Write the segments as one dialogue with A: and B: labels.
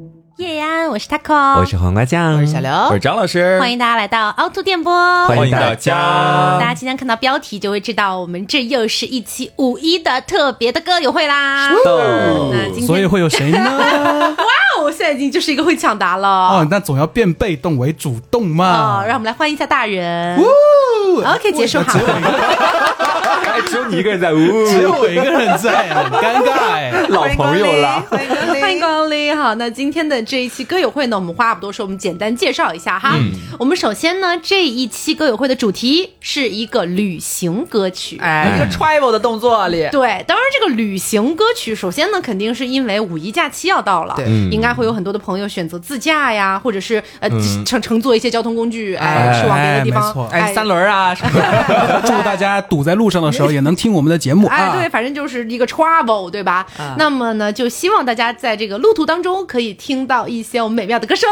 A: 们，我是 taco，
B: 我是黄瓜酱，
C: 我是小刘，
D: 我是张老师，
A: 欢迎大家来到凹凸电波，
B: 欢
D: 欢
B: 迎
D: 迎
B: 大
D: 大
B: 家
A: 大
D: 家。
A: 家今天看到标题就会知道，我们这又是一期五一的特别的歌友会啦。那今
E: 所以
A: 天
E: 会有 谁呢？
A: 哇哦，现在已经就是一个会抢答了
E: 哦，那总要变被动为主动
A: 哦
E: 嘛。呃
A: 让我们来欢迎一下大人。OK，结束好。
B: 哎只有你一个人在呜，
E: 只有我一个人在啊，很尴尬哎。
B: 老朋友啦。
C: 欢迎光 临，
A: 欢迎光临！好，那今天的这一期歌友会呢，我们话不多说，我们简单介绍一下哈。
C: 嗯
A: 我们首先呢，这一期歌友会的主题是一个旅行歌曲。
C: 哎，一个 travel 的动作里，
A: 对，当然这个旅行歌曲，首先呢，肯定是因为五一假期要到了，
C: 对
A: 应该会有很多的朋友选择自驾呀，或者是呃乘乘坐一些交通工具，哎，
E: 哎
A: 去往别的地
E: 没
A: 方
E: 错，
C: 嗯哎，三轮啊什么的，
E: 祝大家堵在路上的时候也能听我们的节目
A: 哎，对，
E: 啊。
A: 反正就是一个 travel，对吧？
C: 啊
A: 那么呢，就希望大家在这个路途当中可以听到一些我们美妙的歌声。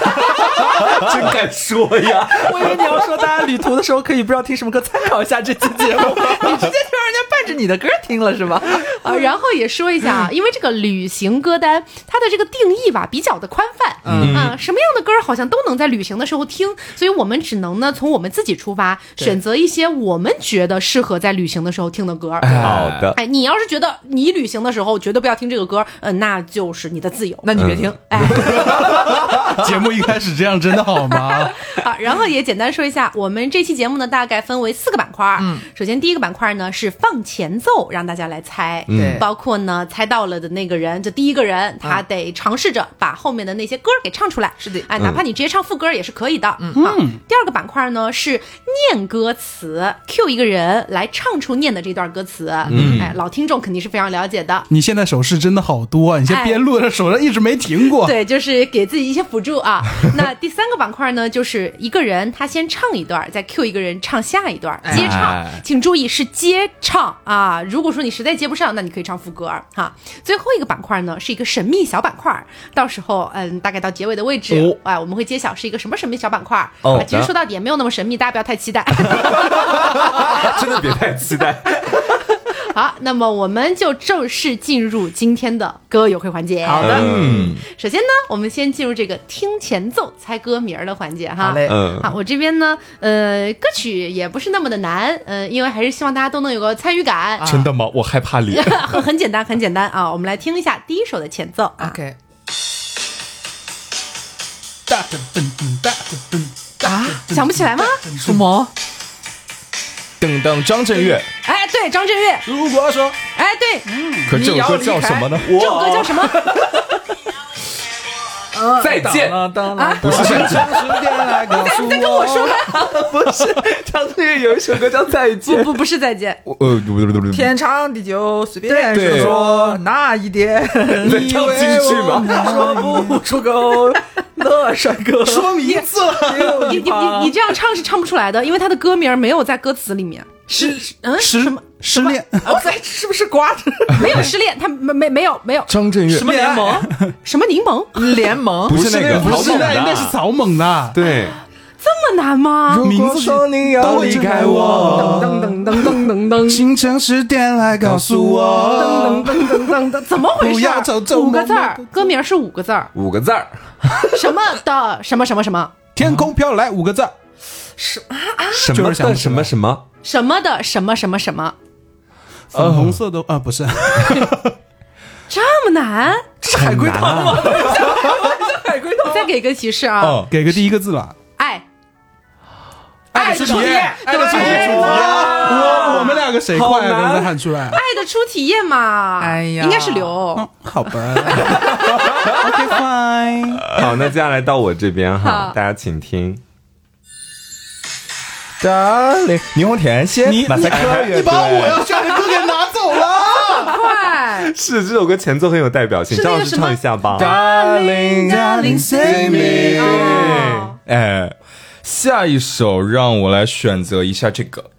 B: 真敢说呀！
C: 我以为你要说大家旅途的时候可以不知道听什么歌，参考一下这期节目，你直接就让人家伴着你的歌听了是吧？
A: 啊，然后也说一下啊，因为这个旅行歌单，它的这个定义吧比较的宽泛，嗯、什么样的歌儿好像都能在旅行的时候听，所以我们只能呢从我们自己出发，选择一些我们觉得适合在旅行的时候听的歌儿。
B: 好的，
A: 哎，你要是觉得你旅行的时候绝对不要听这个歌儿，嗯、那就是你的自由。
C: 那你别听，
A: 哎，
E: 啊节目一开始这样真的好 吗？
A: 好，然后也简单说一下，我们这期节目呢，大概分为四个板块。嗯，首先第一个板块呢是放前奏，让大家来猜，
C: 对
A: 包括呢猜到了的那个人，就第一个人，他得尝试着把后面的那些歌给唱出来。
C: 是的
A: 哎，哪怕你直接唱副歌也是可以的。嗯，第二个板块呢是念歌词，Q 一个人来唱出念的这段歌词。嗯，哎，老听众肯定是非常了解的。
E: 你现在手势真的好多啊！你先边录的手上一直没停 过。
A: 哎对，就是给自己一些辅助啊。那第三个板块呢，就是一个人他先唱一段，再 Q 一个人唱下一段，接唱
D: 哎。
A: 请注意是接唱啊。如果说你实在接不上，那你可以唱副歌哈、最后一个板块呢是一个神秘小板块，到时候嗯，大概到结尾的位置，
B: 哦
A: 哎，我们会揭晓是一个什么神秘小板块。
B: 哦
A: 啊其实
B: 那
A: 说到底也没有那么神秘，大家不要太期待。
B: 真的别太期待。
A: 好，那么我们就正式进入今天的歌友会环节。
C: 好的
B: 嗯
A: 首先呢，我们先进入这个听前奏猜歌名儿的环节哈。
C: 好嘞
B: 嗯，
A: 好，我这边呢，呃，歌曲也不是那么的难，呃，因为还是希望大家都能有个参与感，
D: 真的吗？我害怕 脸。
A: 很 很简单，很简单啊。我们来听一下第一首的前奏啊，
C: ，OK，
E: 哒噔噔噔哒噔噔哒噔
A: 想不起来 吗？
C: 什么？
D: 等等，张震岳，
A: 哎，对，张震岳，
D: 如果说，
A: 哎，对，
D: 可这首歌叫什么呢？
A: 这首歌叫什么？
B: 再见。
D: 不 是 山川，
A: 再啊跟我说吧，
C: 不是张震岳有一首歌叫《再见
A: 不》，不不是再 见，
B: 我呃，不不不不，
C: 天长地久随便
B: 对
C: 说，那一天
B: 再唱进去吧
C: 说不出口，乐帅哥，
E: 说名字了，
A: 你你你你这样唱是唱不出来的，因为他的歌名没有在歌词里面，是嗯
E: 失失恋
C: 哇塞，是不是瓜子
A: 没有失恋，他没没没有没有
D: 张震岳，
C: 什么联盟？
A: 什么柠檬
C: 联盟
D: 不是那个，
E: 不是那那是草蜢
A: 啊
E: 的，
B: 对，
A: 这么难吗？
E: 名字
D: 说你要离开我，
A: 噔噔噔噔噔
C: 嗯
A: 噔
E: 清晨十点来告诉
A: 噔
E: 我。
A: 噔噔噔噔噔，怎么回
E: 不
A: 事
E: 要走
A: 儿？
E: 走
A: 五个字儿，歌名是五个字儿，
B: 五个字儿，
A: 什么的什么什么什么
E: 天空飘来五个字，
C: 啊
B: 什
E: 就
B: 么
E: 是想不
B: 的
E: 起
B: 什
E: 来
B: 么什么，
A: 什么的什么什么什么，
E: 粉红色的啊，不是，
A: 这么难？
B: 这海龟汤 吗？
C: 海龟汤
A: 再给一个提示啊，
E: 给个第一个字了。
A: 爱
C: 爱
E: 的
C: 的
E: 是
C: 出
E: 你
C: 夜，
E: 爱的是你哎我我们两个谁
C: 好
E: 快啊？
C: 难
E: 能再喊出来？
A: 爱的初体验嘛，
C: 哎呀
A: 应该是刘
E: 嗯，好 吧。OK fine。
B: 好，那接下来到我这边哈
A: 好，
B: 大家请听。
D: Darling，霓虹甜心，
E: 你
D: 马赛克乐队，
E: 选的歌给拿走了。
A: 快
B: 是这首歌前奏很有代表性，
A: 是那
B: 张
A: 个
B: 老师
A: 什么
B: 唱一下吧。
E: 嗯
D: Darling
E: Darling, 啊 save me
A: 哦
D: 哎，下一首让我来选择一下这个。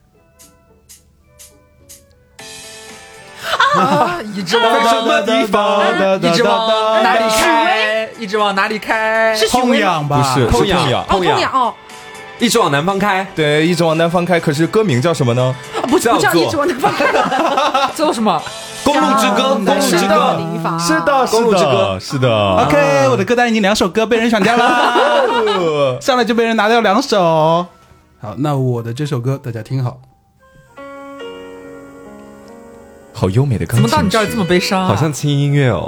C: 啊！一直往
D: 什么地方
C: 一直往哪里开？一直往哪里开？
A: 是许
E: 痛
A: 巍
E: 痒吧？
B: 不是，是
D: 痛痒
B: 痒，
A: 哦，痛
B: 痒
A: 痒，哦，
B: 一直往南方开。
D: 对，啊一直往南方开。可是歌名叫什么呢？
A: 不
B: 叫
A: 不叫
B: 做
A: 一直往那边看，
C: 叫什么？
B: 公路之歌
A: 上的
B: 公路之
A: 是
B: 歌
A: 的林房
D: 是的，
B: 公
D: 是
B: 路之
D: 的，
B: 歌
D: 是的。
E: OK，我的歌单已经两首歌被人选掉 了，上来就被人拿掉两首。好，那我的这首歌大家听好，
D: 好优美的钢
C: 怎
D: 琴
C: 么
D: 曲，
C: 到你这儿这么悲伤啊？
B: 好像轻音 乐哦。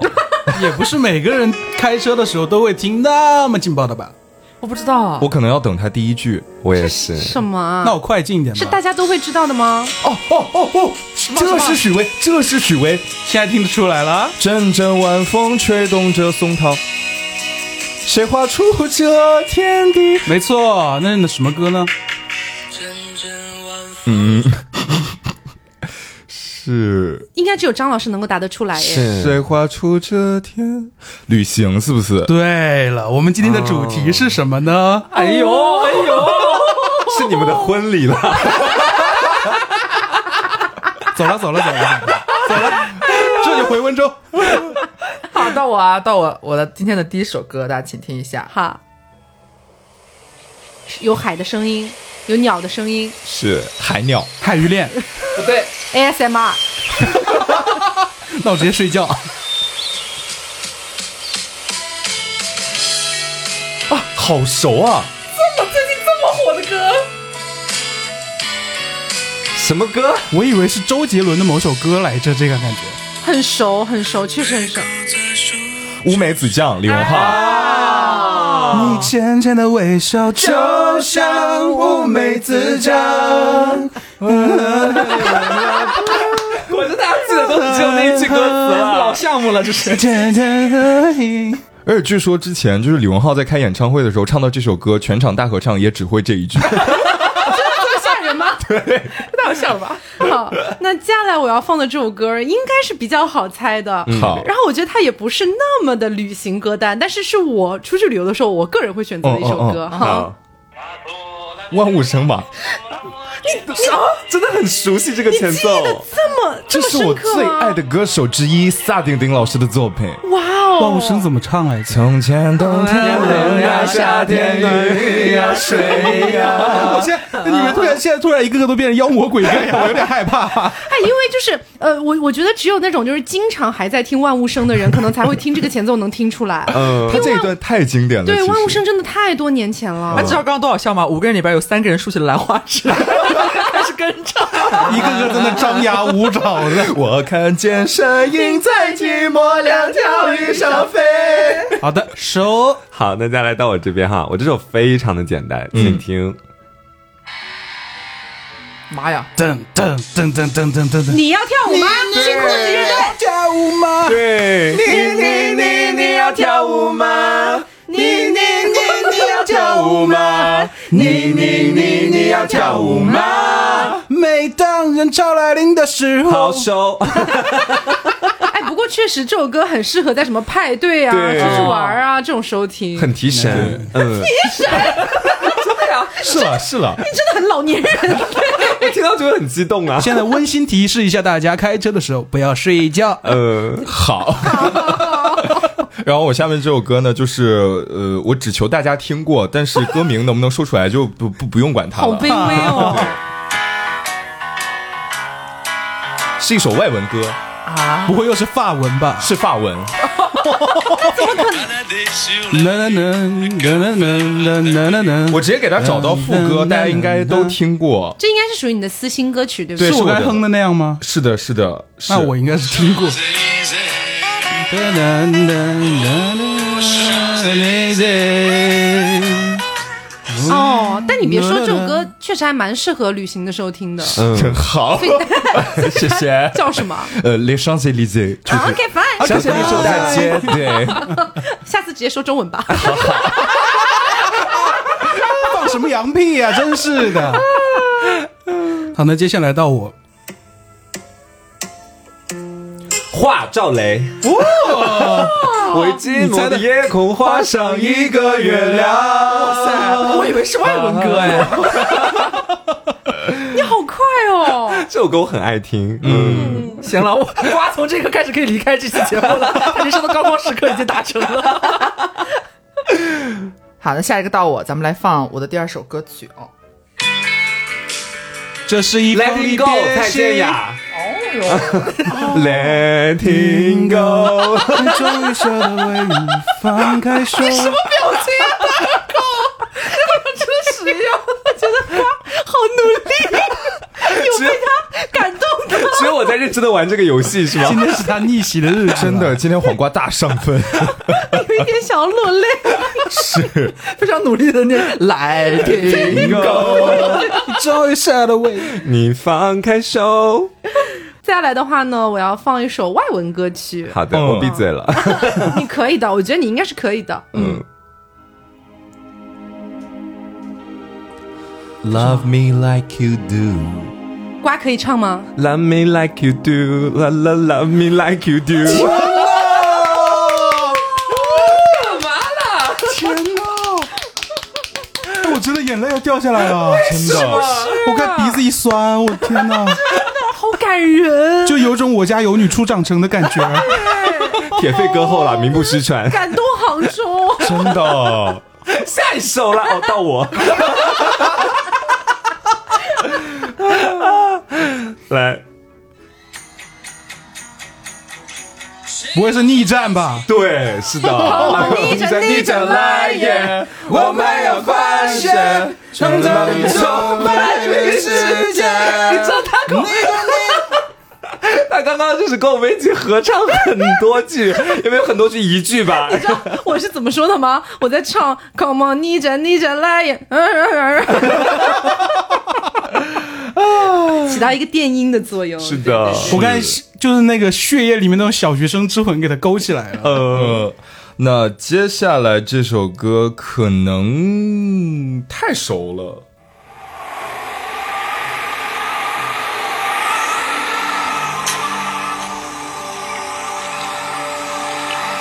E: 也不是每个人开车的时候都会听那么劲爆的吧？
C: 我不知道啊，
D: 我可能要等他第一句。
B: 我也是，
A: 什么啊？
E: 那我快进一点吧。
A: 是大家都会知道的吗？
D: 哦哦哦哦，这是许巍，这是许巍，
E: 现在听得出来了？
D: 阵阵晚风吹动着松涛，谁画出这天地？
E: 没错，那是什么歌呢？
D: 是
A: 应该只有张老师能够答得出来耶。
B: 是
D: 谁画出这天？旅行是不 是？
E: 对了，我们今天的主题是什么呢？
C: 哎呦哎呦，
B: 是你们的婚礼了。
E: 走了，走了，走 了，走了，这里回温州。
C: 好，到我啊，到我，我的今天的第一首歌，大家请听一下。
A: 哈，有海的声音，有鸟的声音
D: 是海鸟。
E: 海鱼恋，
C: 不对，
A: ，ASMR。
E: 那我直接睡觉。
D: 啊，好熟啊！
C: 这么最近这么火的歌，
B: 什么歌？
E: 我以为是周杰伦的某首歌来着，这个感觉。
A: 很熟，很熟，确实很 熟。
D: 乌梅子酱，李荣浩。
E: 你浅浅的微笑，就
D: 像乌梅子酱。
C: 我觉得大家记得都只有那一句歌词了，老项目了，这是。
E: 浅浅的影。
D: 而且据说之前就是李荣浩在开演唱会的时候唱到这首歌，全场大合唱也只会这一句。
A: 这么吓人吗？对，太好笑了吧？好，那接下来我要放的这首歌应该是比较好猜的。
D: 嗯好，
A: 然后我觉得它也不是那么的旅行歌单，但是是我出去旅游的时候，我个人会选择的一首歌。
D: 哦哦哦
A: 哈、
D: 万物生马，
B: 真的很熟悉这个前奏。
A: 这么这
D: 这
A: 么
D: 是
A: 深
D: 我
A: 刻啊
D: 最
A: 吗？
D: 爱的歌手之一萨顶顶老师的作品。
A: 哇哦！
E: 万物生怎么唱来着？
D: 从前冬天冷呀，夏天雨呀，水呀。
E: 我现在你们突然现在突然一个个都变成妖魔鬼怪呀，我有点害怕。
A: 哎，因为就是呃，我我觉得只有那种就是经常还在听万物生的人，可能才会听这个前奏能听出 来。
D: 他嗯这一段太经典了。
A: 对，
D: 其实
A: 万物生真的太多年前了。
C: 哎
D: 嗯
C: 那知道刚刚多好笑吗？五个人里边有三个人竖起了兰花指，开始跟唱。
E: 一个个在那张牙舞爪的。
D: 我看见身影在寂寞两条鱼上飞。
E: 好的，收。
B: 好，那再来到我这边哈，我这首非常的简单，
D: 嗯
B: 请听。
C: 妈呀！
E: 噔噔噔噔噔噔噔噔。
A: 你要跳舞吗？去酷极乐队。
E: 跳舞吗？
B: 对，
D: 你你你要跳舞吗？
A: 你你
D: 你你要跳舞吗？你你你你要跳舞吗？
E: 每当人潮来临的时
B: 好
E: 候，
B: 熟。
A: 哎，不过确实这首歌很适合在什么派对啊、
B: 对
A: 出去玩啊这种时候听，
B: 很提神，嗯，
D: 是了是了，
A: 真的很老年人。
B: 我听到觉得很激动啊。
E: 现在温馨提示一下大家，开车的时候不要睡觉。
B: 呃，
D: 好。 然后我下面这首歌呢，就是呃，我只求大家听过，但是歌名能不能说出来就不不不用管它
A: 好
D: 了
A: 卑。微 哦！
D: 是一首外文歌，
E: 不会又是法文吧？
D: 是法文。
E: 啦啦啦啦啦啦啦啦啦
D: 我直接给它找到副歌，大家应该都听过。
A: 这应该是属于你的私心歌曲，对不
D: 对
E: 是
D: 是我
E: 我
D: 的
E: 刚才哼的那样吗？
D: 是的，是的，是
E: 那我应该是听过。啦啦啦啦啦啦
A: 哦，但你别说，这首
D: 嗯
A: 歌确实还蛮适合旅行的时候听的。
D: 真好，谢谢。
A: 叫什么
D: 呃，Les Champs Élysées，就
A: 啊
D: 是
A: ？OK fine，
D: 香榭丽舍大街，对，
A: 下次直接说中 文吧。
E: 放什么羊屁呀、真是的。好，那接下来到我，
B: 画赵雷，我寂
E: 你猜的
B: 寞的夜空画上一个月亮。
C: 我以为是外文歌哎，
A: 你好快哦！
B: 这首歌我很爱听，嗯，
C: 行了，我瓜从这个开始可以离开这期节目了，他人生的高光时刻已经达成了。 好，那下一个到我，咱们来放我的第二首歌曲哦。
E: 这是一封
B: Let It Go，蔡健雅， Letting go，
E: 你终于舍得为你放开手。
A: 真实用，我觉得他好努力，有被他感动的。
B: 只有我在认真的玩这个游戏是
E: 今
B: 吗？
E: 天是他逆袭的日子，
D: 真 的，今天黄瓜大上分，
A: 有一点想要落泪，
D: 是
C: 非常努力的念来听狗，
E: 你终于舍得为
B: 你放开手。
A: 接下来的话呢，我要放一首外文歌曲，
B: 好的，
D: 嗯
B: 我闭嘴了。
A: 你可以的，我觉得你应该是可以的。
B: 嗯，
D: Love me like you do。
A: 瓜可以唱吗？
B: Love me like you do, la la love me like you do。
D: 天哪！哎我真的眼泪要掉下来了，真的，
E: 我看鼻子一酸，我天哪，
A: 好感人，
E: 就有种我家有女初长成的感觉。
B: 铁肺歌后了，名不虚传。
A: 感动哦杭州。
D: 真的。
B: 下一首了，哦，到我。 来，
E: 不会是逆战吧？
B: 对，是哦的，
A: 逆着逆着来耶，
E: 我们要翻身，创造宇宙美丽世界。
B: 他刚刚就是跟我们一起合唱很多句，有没有很多句一句吧？
A: 你知道我是怎么说的吗？我在唱 “Come on，逆着逆着来 也”，嗯嗯嗯嗯起到一个电音的作用。
B: 是的，
E: 我刚才是就是那个血液里面那种小学生之魂给他勾起来了。
D: 呃，那接下来这首歌可能太熟了。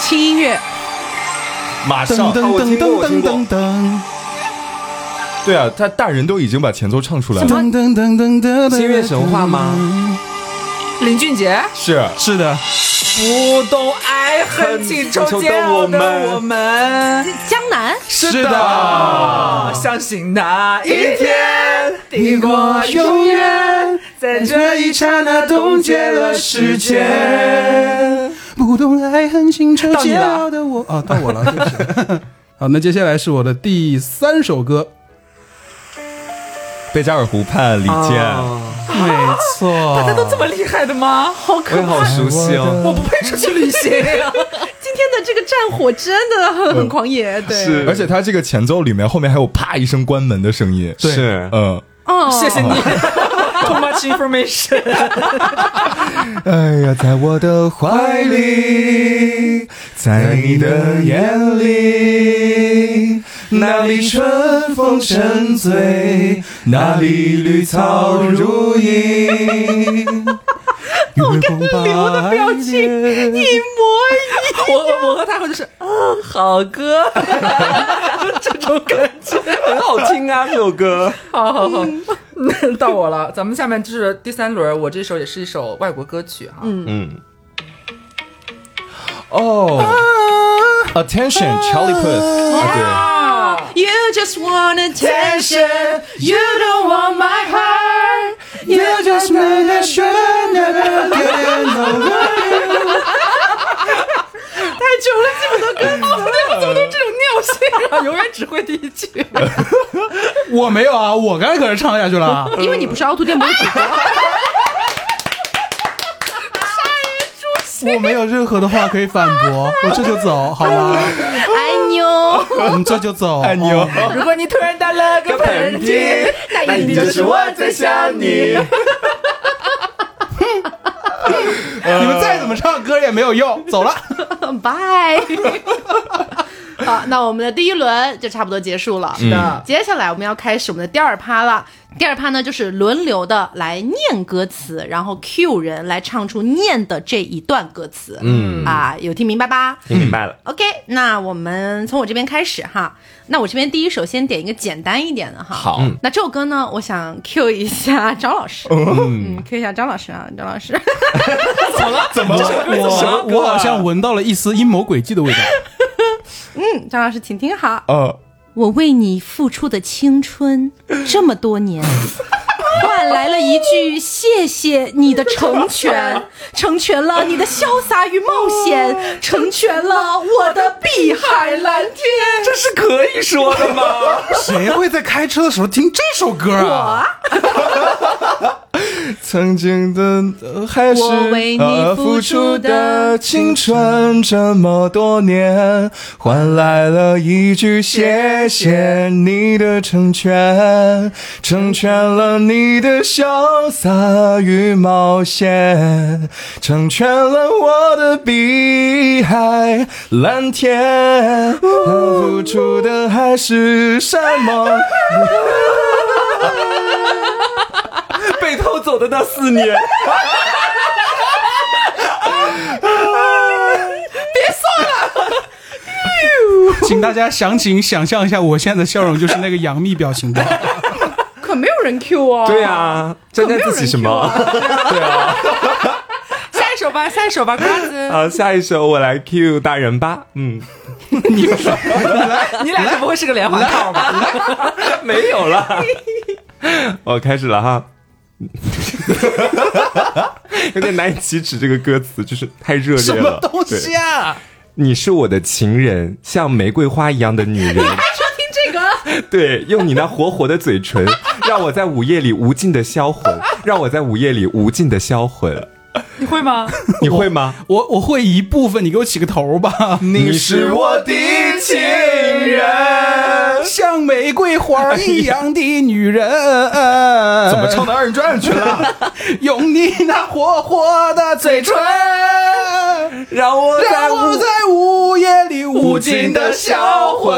A: 轻音乐，
B: 马
E: 噔
B: 上，
E: 噔
B: 啊我
E: 噔
B: 听过，我
E: 噔
B: 听
E: 噔
B: 过
E: 噔。噔
D: 对啊，他大人都已经把前奏唱出来了，
E: 噔噔噔噔噔。
B: 星月神话吗？
A: 林俊杰，
D: 是
E: 是的，
C: 不懂爱恨，情仇煎熬的我们，
A: 江南，
E: 是
C: 的，相信那一天，帝国永远在这一刹那冻结了时间。
E: 不懂爱恨情仇
C: 到你
E: 煎
C: 了
E: 熬的我。哦，到我了，对不起。 好，那接下来是我的第三首歌，
D: 贝加尔湖畔李健，
B: 哦
E: 没错，
C: 大家 都这么厉害的吗？好
B: 我也好熟悉哦。
C: 我不配出去旅行呀！
A: 今天的这个战火真的很很狂野，对，
B: 嗯是
D: 而且他这个前奏里面后面还有啪一声关门的声音，
E: 对
B: 是，
D: 嗯，
A: 哦，
C: 谢谢你 ，too much information。
D: 哎呀，在我的怀里，在你
B: 哎
D: 的眼里，那里春风沉醉，那里绿草如茵。
E: 我跟刘的表情，
A: 一模一样。
C: 我我和他会就是，嗯，好歌， 这种感觉很好听啊。
B: 这首歌
C: 好好好，那 到我了，咱们下面就是第三轮，我这首也是一首外国歌曲哈。嗯，
D: 哦、a t t e n t i o n Charlie Puth，啊
A: You just want attention, you don't want my heart. You just want a t t e n 太久了，记不得歌词了，我怎么都这种尿性啊？永远只会第一句，
E: 我没有啊，我刚才可是唱下去了啊。
A: 因为你不是凹凸电波主播。
E: 我没有任何的话可以反驳，我这就走，好吗？
A: 爱妞，
E: 我们这就走。
B: 哎
D: 对，按钮
E: 哦，
C: 如果你突然打了个喷嚏，
A: 那
D: 哎
A: 一定就是我在想
B: 哎
A: 你。
E: 你们再怎么唱歌也没有用，走 了。
A: 拜。 好，那我们的第一轮就差不多结束了。是
C: 的
A: 接下来我们要开始我们的第二趴了。第二趴呢，就是轮流的来念歌词，然后 Q 人来唱出念的这一段歌词。嗯啊，有听明白吧？
B: 听明白了，
A: OK，那我们从我这边开始哈。那我这边第一首先点一个简单一点的哈。
D: 好
A: 嗯那这首歌呢，我想 Q 一下 张老师，嗯，Q 一下张老师啊，张老师，
D: 怎么
E: 我我好像闻到了一丝阴谋诡计的 味道。
A: 嗯，张老师，请听好。
D: 呃，
A: 我为你付出的青春这么多年，换来了一句“谢谢你的成全”， 成全了你的潇洒与冒险，成全了我的碧海蓝天。
B: 这是可以说的吗？
E: 谁会在开车的时候听这首歌啊？
D: 曾经的呃还是
A: 我为你
D: 呃
A: 付出的
D: 青春，这么多年换来了一句谢谢你的成全，成全了你的潇洒与冒险，成全了我的碧海蓝天，呃付出的还是什么？
B: 被偷走的那四年，
E: 请大家详情想象一下，我现在的笑容就是那个杨幂表情包。
A: 可没有人 Q 哦。
B: 对啊，沾沾自喜什么？对啊，
A: 下一首吧，下一首吧，瓜子。
D: 啊
B: 好，啊下一首我来 Q 大人吧。嗯，
C: 你俩该不会是个连环套吧？
B: 没有了，我哦开始了哈。 有点难以启齿，这个歌词就是太热烈了。
E: 什么东西啊？
B: 你是我的情人，像玫瑰花一样的女人。
A: 哎说听这 个，
B: 对，用你那活活的嘴唇，让我在午夜里无尽的销魂，让我在午夜里无尽的销魂。
C: 你会吗？
B: 你会吗？
E: 我我会一部分，你给我起个头吧。
D: 你是我的情人。
E: 像玫瑰花一样的女人，
D: 怎么唱到二人转去了？
E: 用你那活活的嘴唇，
B: 让我
E: 让我在午夜里无尽的销魂。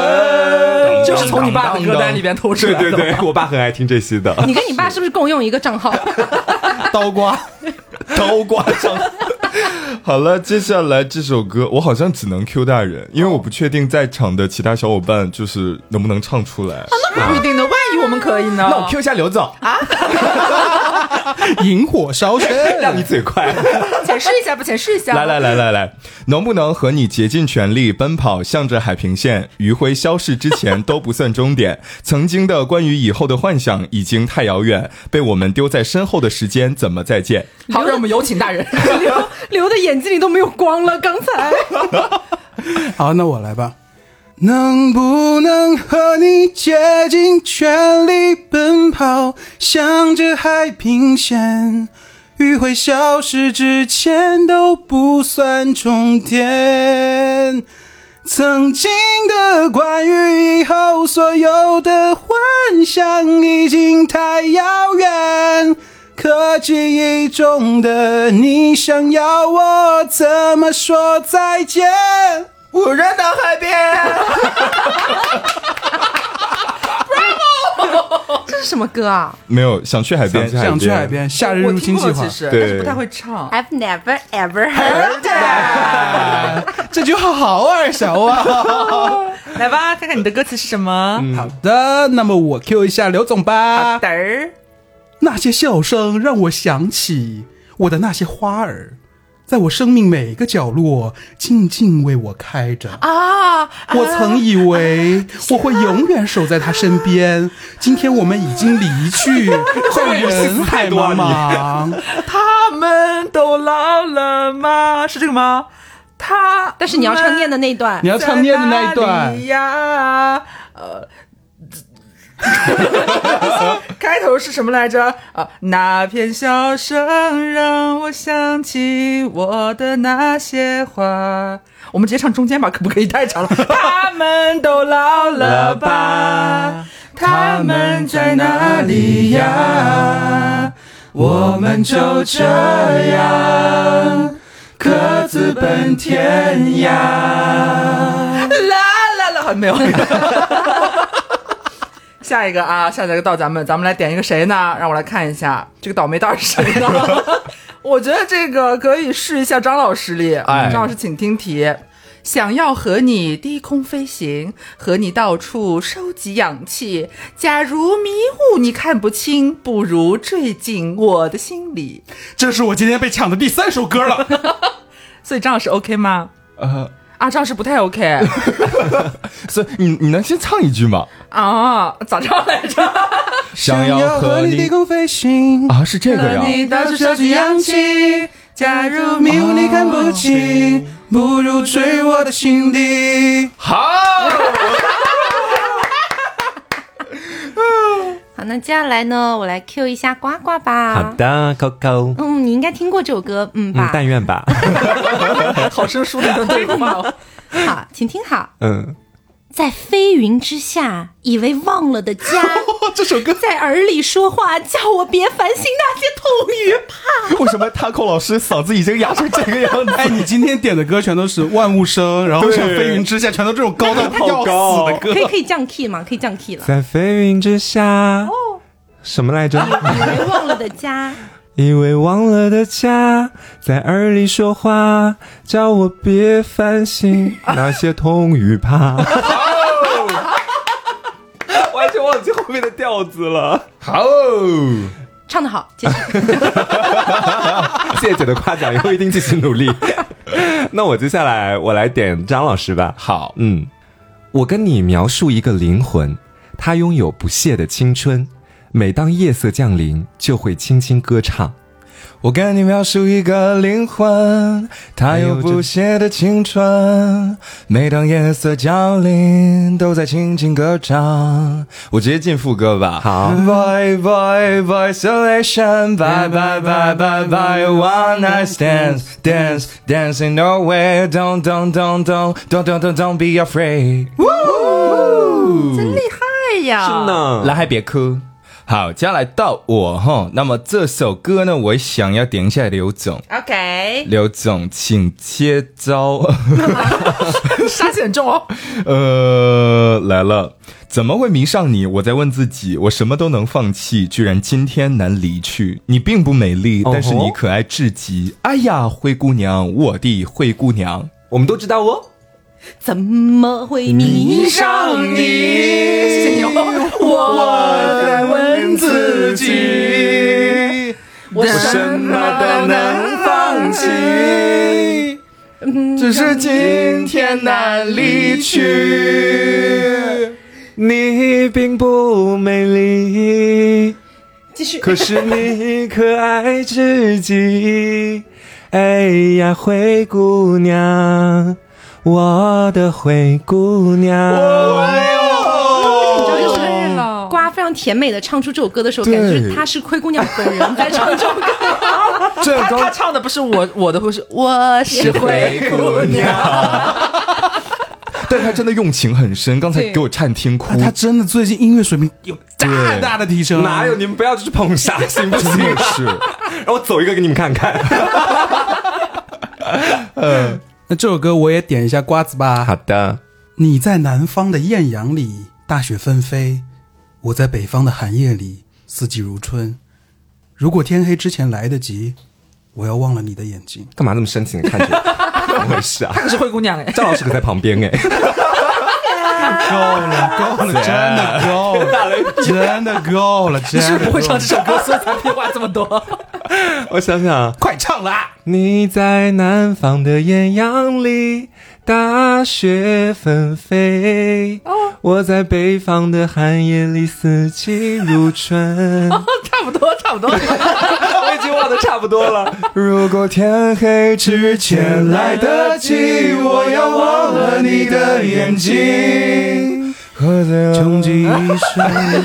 C: 就是从你爸的歌单里边偷出
B: 对
C: 来的。
B: 对 对，我爸很爱听这些的。
A: 你跟你爸是不是共用一个账 号？
E: 刀瓜，
D: 刀刮上。好了，接下来这首歌我好像只能 Q 大人，因为我不确定在场的其他小伙伴就是能不能唱出来。
C: 那不一定的，万一我们可以呢？
D: 那我哦 Q 一下刘 总，
E: 萤火烧 身，
B: 让你嘴快，
C: 解释一下不？解释一下。
D: 来来来来来，能不能和你竭尽全力奔跑，向着海平线，余晖消逝之前都不算终点。曾经的关于以后的幻想已经太遥远，被我们丢在身后的时间怎么再见？
C: 好，让我们有请大人。
A: 刘刘的眼睛里都没有光了，刚才。
E: 好，那我来吧。能不能和你竭尽全力奔跑，向着海平线？迂回消失之前都不算终点。曾经的关于以后所有的幻想已经太遥远，可记忆中的你想要我怎么说再见？无人的海边，
A: 这是什么歌啊
D: 没有想去海边，
E: 想去海。边，夏日
C: 我
E: 入
C: 听
E: 侵
C: 过
E: 计
C: 其
E: 划。
C: 实，
D: 对
C: 但是不太会唱。
A: ？I've never ever heard
C: that
E: 这句话好耳熟啊！
C: 来吧，看看你的歌词是什么。 啊
E: 好的，那么我 Q 一下刘总吧。
C: 嘚儿，
E: 那些笑声让我想起我的那些花儿，在我生命每个角落静静为我开着。
A: 啊！
E: 我曾以为我会永远守在他身边，今天我们已经离 去，在人海茫茫。
C: 他们都老了吗？是这个吗？他，
A: 但是你要唱念的那一段
E: 你，要唱念的那一段，
C: 呀，呃。开头是什么来着？啊，那片笑声让我想起我的那些花。我们直接唱中间吧，可不可以？太 长了。他们都老了吧？他们在哪里呀？
E: 我们就这样各自奔天涯。
C: 啦啦啦，好像没有。下一个啊，下一个到咱们，咱们来点一个谁呢？让我来看一下这个倒霉蛋是谁呢？我觉得这个可以试一下张老师里，
D: 哎
C: 张老师请听题。想要和你低空飞行，和你到处收集氧气。假如迷雾你看不清，不如坠进我的心里。
E: 这是我今天被抢的第三首歌了。
C: 所以张老师 OK 吗？
D: 呃，
C: 啊，张老师不太 OK
D: 所以你你能先唱一句吗？
C: 哦啊，咋唱来着？
E: 想要和你低空飞行。
B: 啊，是这个
C: 和
B: 呀。
C: 你到处收集氧气，假如迷雾你看不清，
A: 啊
E: 不如坠我的心底。
A: 好，那接下来呢，我来 Q 一下呱呱吧。
B: 好的，Coco，
A: 嗯，你应该听过这首歌，嗯
B: 嗯
A: 吧，？
B: 但愿吧。
C: 好生疏的一段对话哦。
A: 好，请听好，
B: 嗯，
A: 在飞云之下，以为忘了的家，
D: 这首歌
A: 在耳里说话，叫我别烦心那些痛与怕。
D: 为什么 Taco 老师嗓子已经哑成这个样子？
E: 哎，你今天点的歌全都是万物生，然后像飞云之下，全都这种高 到要死的
A: 可
E: 歌。
B: 哦
A: 以可以降 key 吗？可以降 key 了。哦
B: 在飞云之下，什么来 着？
A: 以为忘了的家，
B: 以为忘了的家，在耳里说话，叫我别烦心那些痛与怕。 完全忘记后面的调子了，
D: 好，
A: 唱的好，继 续。
B: 谢谢姐的夸奖，以后一定继续 努力。那我接下来我来点张老师吧。
D: 好，
B: 嗯，我跟你描述一个灵魂，它拥有不懈的青春，每当夜色降临，就会轻轻歌唱。
D: 我跟你描述一个灵魂，它有不懈的青春，每当夜色降临，都在轻轻歌唱。我直接进副歌吧。
B: 好
D: ，Boy Boy Boy Isolation Bye Bye Bye Bye Bye One Night Stand Dance Dancing Nowhere Don't Don't Don't Don't Don't Don't Don't Don't Be Afraid。
A: 真厉害呀！
B: 嗯是呢，
D: 来，还别哭。好，接下来到我哈。那么这首歌呢，我想要点一下刘总。
A: OK，
D: 刘总，请接招。
C: 杀气很重哦，
D: 呃，来了，怎么会迷上你？我在问自己，我什么都能放弃，居然今天难离去。你并不美丽，但是
B: 哦吼
D: 你可爱至极。哎呀，灰姑娘，我的灰姑娘。
B: 我们都知道哦。
A: 怎么会迷上你？
C: 谢谢你哦。我
D: 在问自
E: 己，
A: 我
D: 什么都能放弃，只是今天难离去。
B: 你并不美丽，
A: 继续。
B: 可是你可爱至极。哎呀，灰姑娘，我的灰姑娘。
A: 就是瓜非常甜美的唱出这首歌的时候，感觉就是她是灰姑娘本人在唱这首歌。
D: 这
C: 他他唱的不是我我的，不是我是 灰姑 娘。
D: 但他真的用情很深，刚才
A: 对
D: 给我颤听哭。
E: 哎
B: 啊
E: 他真的最近音乐水平有大大的提升，啊
B: 哪有？你们不要就是捧杀，行不行？ 是，然后走一个给你们看看。
E: 那这首歌我也点一下瓜子吧。
B: 的，
E: 你在南方的艳阳里，大雪纷飞；我在北方的寒夜里，四季如春。如果天黑之前来得及，我要忘了你的眼睛。
B: 干嘛那么深情的看着我？怎么回事啊
C: 她？可是灰姑娘哎，
B: 赵老师可在旁边哎，
E: 够了，够了，真的够了，真的够 了，
C: 你
E: 真
C: 是
E: 的
C: 不是不会唱这首歌，所以才屁话这么 多。
B: 我想想啊，
E: 快唱啦！
B: 你在南方的艳阳里，大雪纷飞；
E: 哦
B: 我在北方的寒夜里，四季如春。
C: 差不多，差不多。
B: 我已经忘得差不多了。
D: 如果天黑之
E: 嗯
D: 前来得及，我要忘了你的眼睛。喝醉
E: 穷极一生。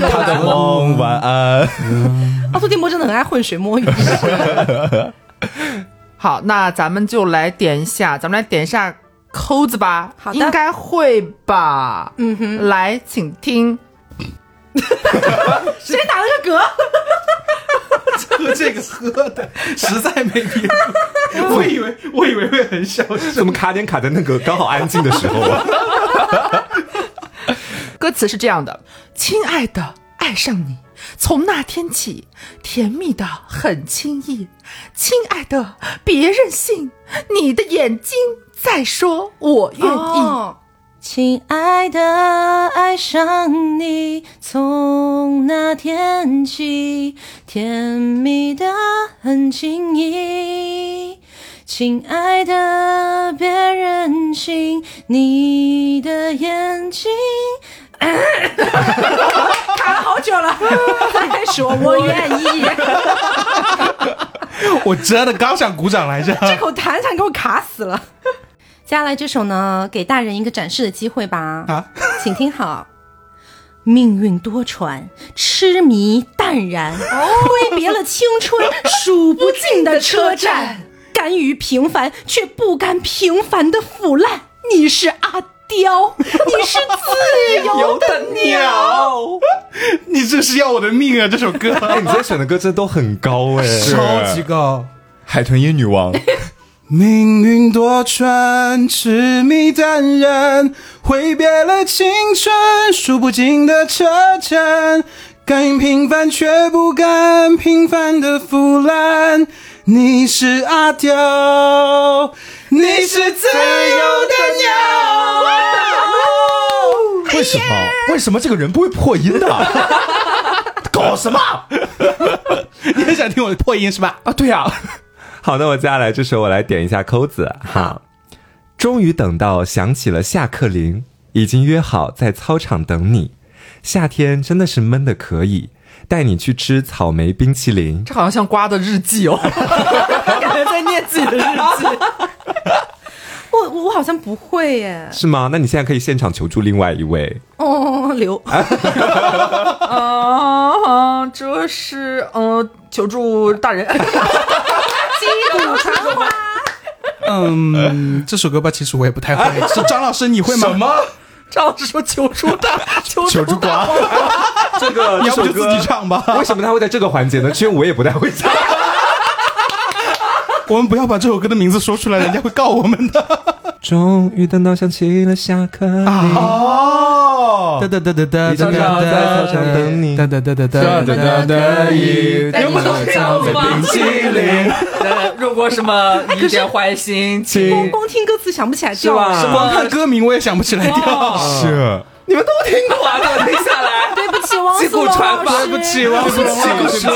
D: 他的
B: 嗯
D: 梦，晚 安。
A: 奥托蒂莫真的很爱浑水摸鱼。
C: 好，那咱们就来点一下，咱们来点一下扣子吧。
A: 好的
C: 应该会吧。嗯哼，来，请听。
A: 谁打了个嗝？
E: 喝这个喝的实在没别的， 我以为我以为会很小声。
B: 怎么卡点卡在那个刚好安静的时 候啊？
C: 歌词是这样的：亲爱的，爱上你，从那天起，甜蜜的很轻易。亲爱的，别任性，你的眼睛在说我愿意。
A: 哦亲爱的，爱上你，从那天起，甜蜜的很轻易。亲爱的，别任性， 你的眼睛。久了， 再说我愿意。
F: 我真的刚想鼓掌来 着。
D: 这口痰痰给我卡死了。
A: 接下来这首呢，给大人一个展示的机会吧。
E: 啊，
A: 请听好。命运多舛，痴迷淡然，
D: 哦
A: 挥别了青 春数不尽的车站，甘于平凡却不甘平凡的腐烂。你是阿刁， 你是自由的鸟。
F: 你这是要我的命啊！这首歌
B: 哎，你今天选的歌真的都很高哎，
E: 超级高。
F: 海豚音女王，
E: 命运多舛，痴迷淡然，挥别了青春，数不尽的车站，甘于平凡却不甘平凡的腐烂。你是阿刁，你是自由的鸟。
F: 为什么？为什么这个人不会破音 的？搞什么
E: 你很想听我的破音是吧？
F: 啊？对呀、
B: 好，那我接下来这首我来点一下扣子。好，终于等到响起了下课铃，已经约好在操场等你。夏天真的是闷的可以，带你去吃草莓冰淇淋。
C: 这好像像瓜的日记 哦，感觉在念自己的日记。
A: 我我好像不会耶。
B: 是吗？那你现在可以现场求助另外一位。
A: 哦，刘，
C: 啊，这是嗯、呃求助大 人。
E: 嗯，这首歌吧，其实我也不太会。是张老师，你会吗？什么？
C: 张老师说求助大，求
F: 求助 瓜，
B: 这个
E: 要不就自己唱吧。
B: 为什么他会在这个环节呢？其实我也不太会 唱。
E: 我们不要把这首歌的名字说出来，人家会告我们的。
B: 终于等到响起了下课铃，
F: 哦，
E: 哒哒哒哒哒
B: 已经约好在操场等你。
E: 哒哒哒哒哒哒哒
F: 得意，
C: 有没有
F: 草莓冰淇淋，
C: 呃，如果什 么一点坏心
A: 光
C: 情，
A: 光听歌词想不起来调
C: 是吧
A: 什么
E: 光看歌名我也想不起来调。
F: 是
C: 你们都听过啊，都听下来。
A: 对不起，王
C: 击
A: 苏
C: 鼓
A: 老师，
C: 传花
A: 不
D: 啊
E: 起了，
B: 对不起，对不起，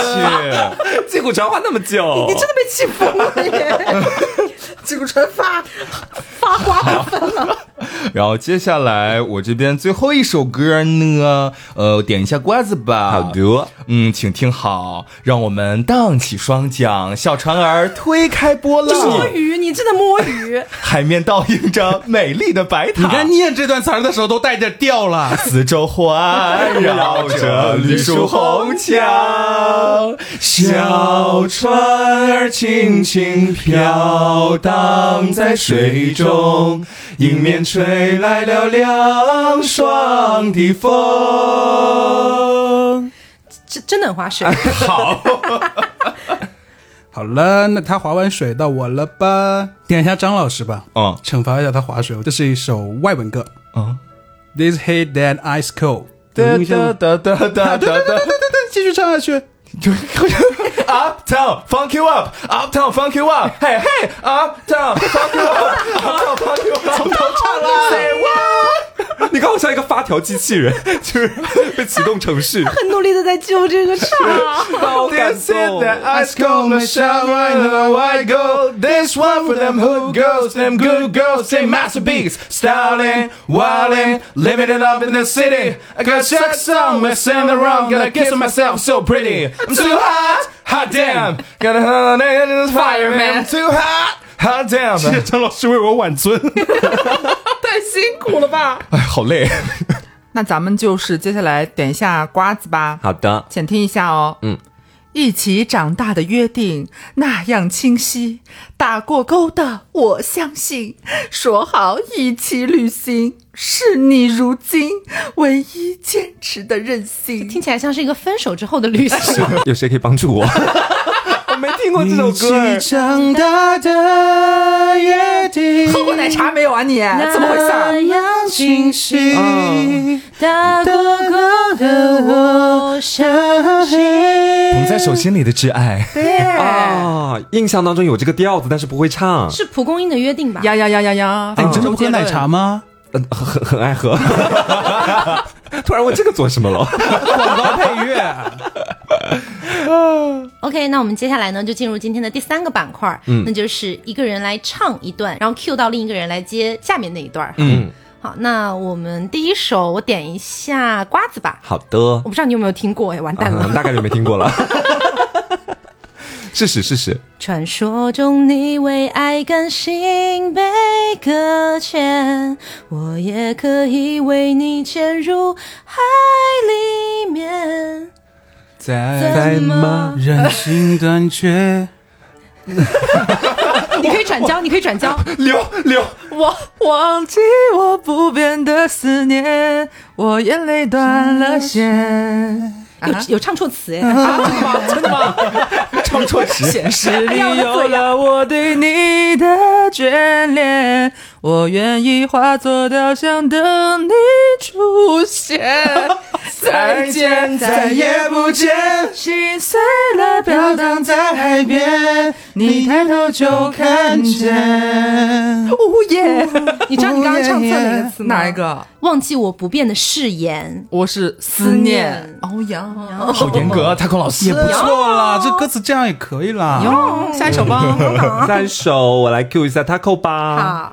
B: 击鼓传花那么久，
A: 你真的被气疯了 耶！
C: 这个传发，
A: 发花粉
D: 然后接下来我这边最后一首歌呢，呃，我点一下瓜子吧。
B: 好的。
D: 嗯，请听好，让我们荡起双桨，小船儿推开波
A: 摸
D: 浪，
A: 鱼，你真的摸鱼。
D: 海面倒映着美丽的白塔。
E: 你看念这段词儿的时候都带着调了。
D: 四周环绕着绿树红墙，
F: 小船儿轻轻飘荡在水中，迎面吹来了凉爽的风。
A: 真真的很划 水。
E: 好了，那他划完水到我了吧？点一下张老师吧，
D: 嗯
E: 惩罚一下他划水。这是一首外文歌
D: 嗯，
E: ，This Hate That Ice Cold。
D: 哒
E: 印象
D: 哒哒哒哒
E: 啊，
D: 哒
E: 对对对对对
D: 哒
E: 对对，继续唱下去。
D: ，Uptown funk you up，Uptown funk you up，嘿嘿，Uptown funk you up，Uptown funk you up，从头唱啦。
B: 你刚好像一个发条机器人，就是被启动程序。
A: 很努力的在救这个场。
D: This is the ice cold, the shine of the white gold. This one for them hood girls, them good girls, they masterpiece. Styling, wilding, living it up in the city. I got sex on, messing around, gotta kiss myself so pretty. I'm too hot, hot damn. Gotta hunt in this fire, man. I'm too hot, hot damn.
E: 张老师为我 挽尊。
C: 太辛苦了吧？
D: 哎，好累。
C: 那咱们就是接下来点一下瓜子吧。
B: 好的，
C: 浅听一下哦。嗯，一起长大的约定那样清晰，打过勾的我相信，说好一起旅行，是你如今唯一坚持的任性。
A: 听起来像是一个分手之后的旅行。
B: 有谁可以帮助我？我没听过这首歌 哎
E: 一起长大的约定，
C: 喝过奶茶没有啊你？ 嗯怎么回事儿？
E: 样清晰。
A: 大哥哥的我相
D: 捧在手心里的挚爱，
B: 啊！印象当中有这个调子，但是不会唱，
A: 是蒲公英的约定吧？
C: 呀呀呀呀呀！
E: 哎，你真的不喝奶茶吗？
B: 嗯很很爱喝。 突然问这个做什么了？
E: 广告配乐。
A: OK，那我们接下来呢，就进入今天的第三个板块，嗯，那就是一个人来唱一段，然后 Q 到另一个人来接下面那一段。嗯，好，那我们第一首我点一下瓜子吧，
B: 好的
A: 我，不知道你有没有听过，哎，完蛋了。
B: 嗯，大概率没听过了。事实事实，
A: 传说中你为爱甘心被搁浅，我也可以为你潜入海里面。
E: 在
B: 在吗？
E: 人心短缺，
A: 你可以转交，你可以转 交。
B: 溜溜，
A: 我我
C: 忘记我不变的思念，我眼泪断了线。
A: 有有唱错词
B: 啊
A: 哎，
B: 唱错词，
C: 现实里有了哎我对你的眷恋，我愿意化作雕像等你出现。 再见，再也不见，心碎了，飘荡在海边，你抬头就看见。哦耶！
A: 你知道你刚刚唱错哪个词吗？
C: 哪一？个？
A: 忘记我不变的誓言。
C: 我是思念。哦呀，
D: 好严格，啊太空老
C: 啊
D: 师
E: 也不错啦，这歌词这样也可以啦。
A: 哦，下一首 吧。
B: 三首，我来 Q 一下 Taco 吧
A: 好。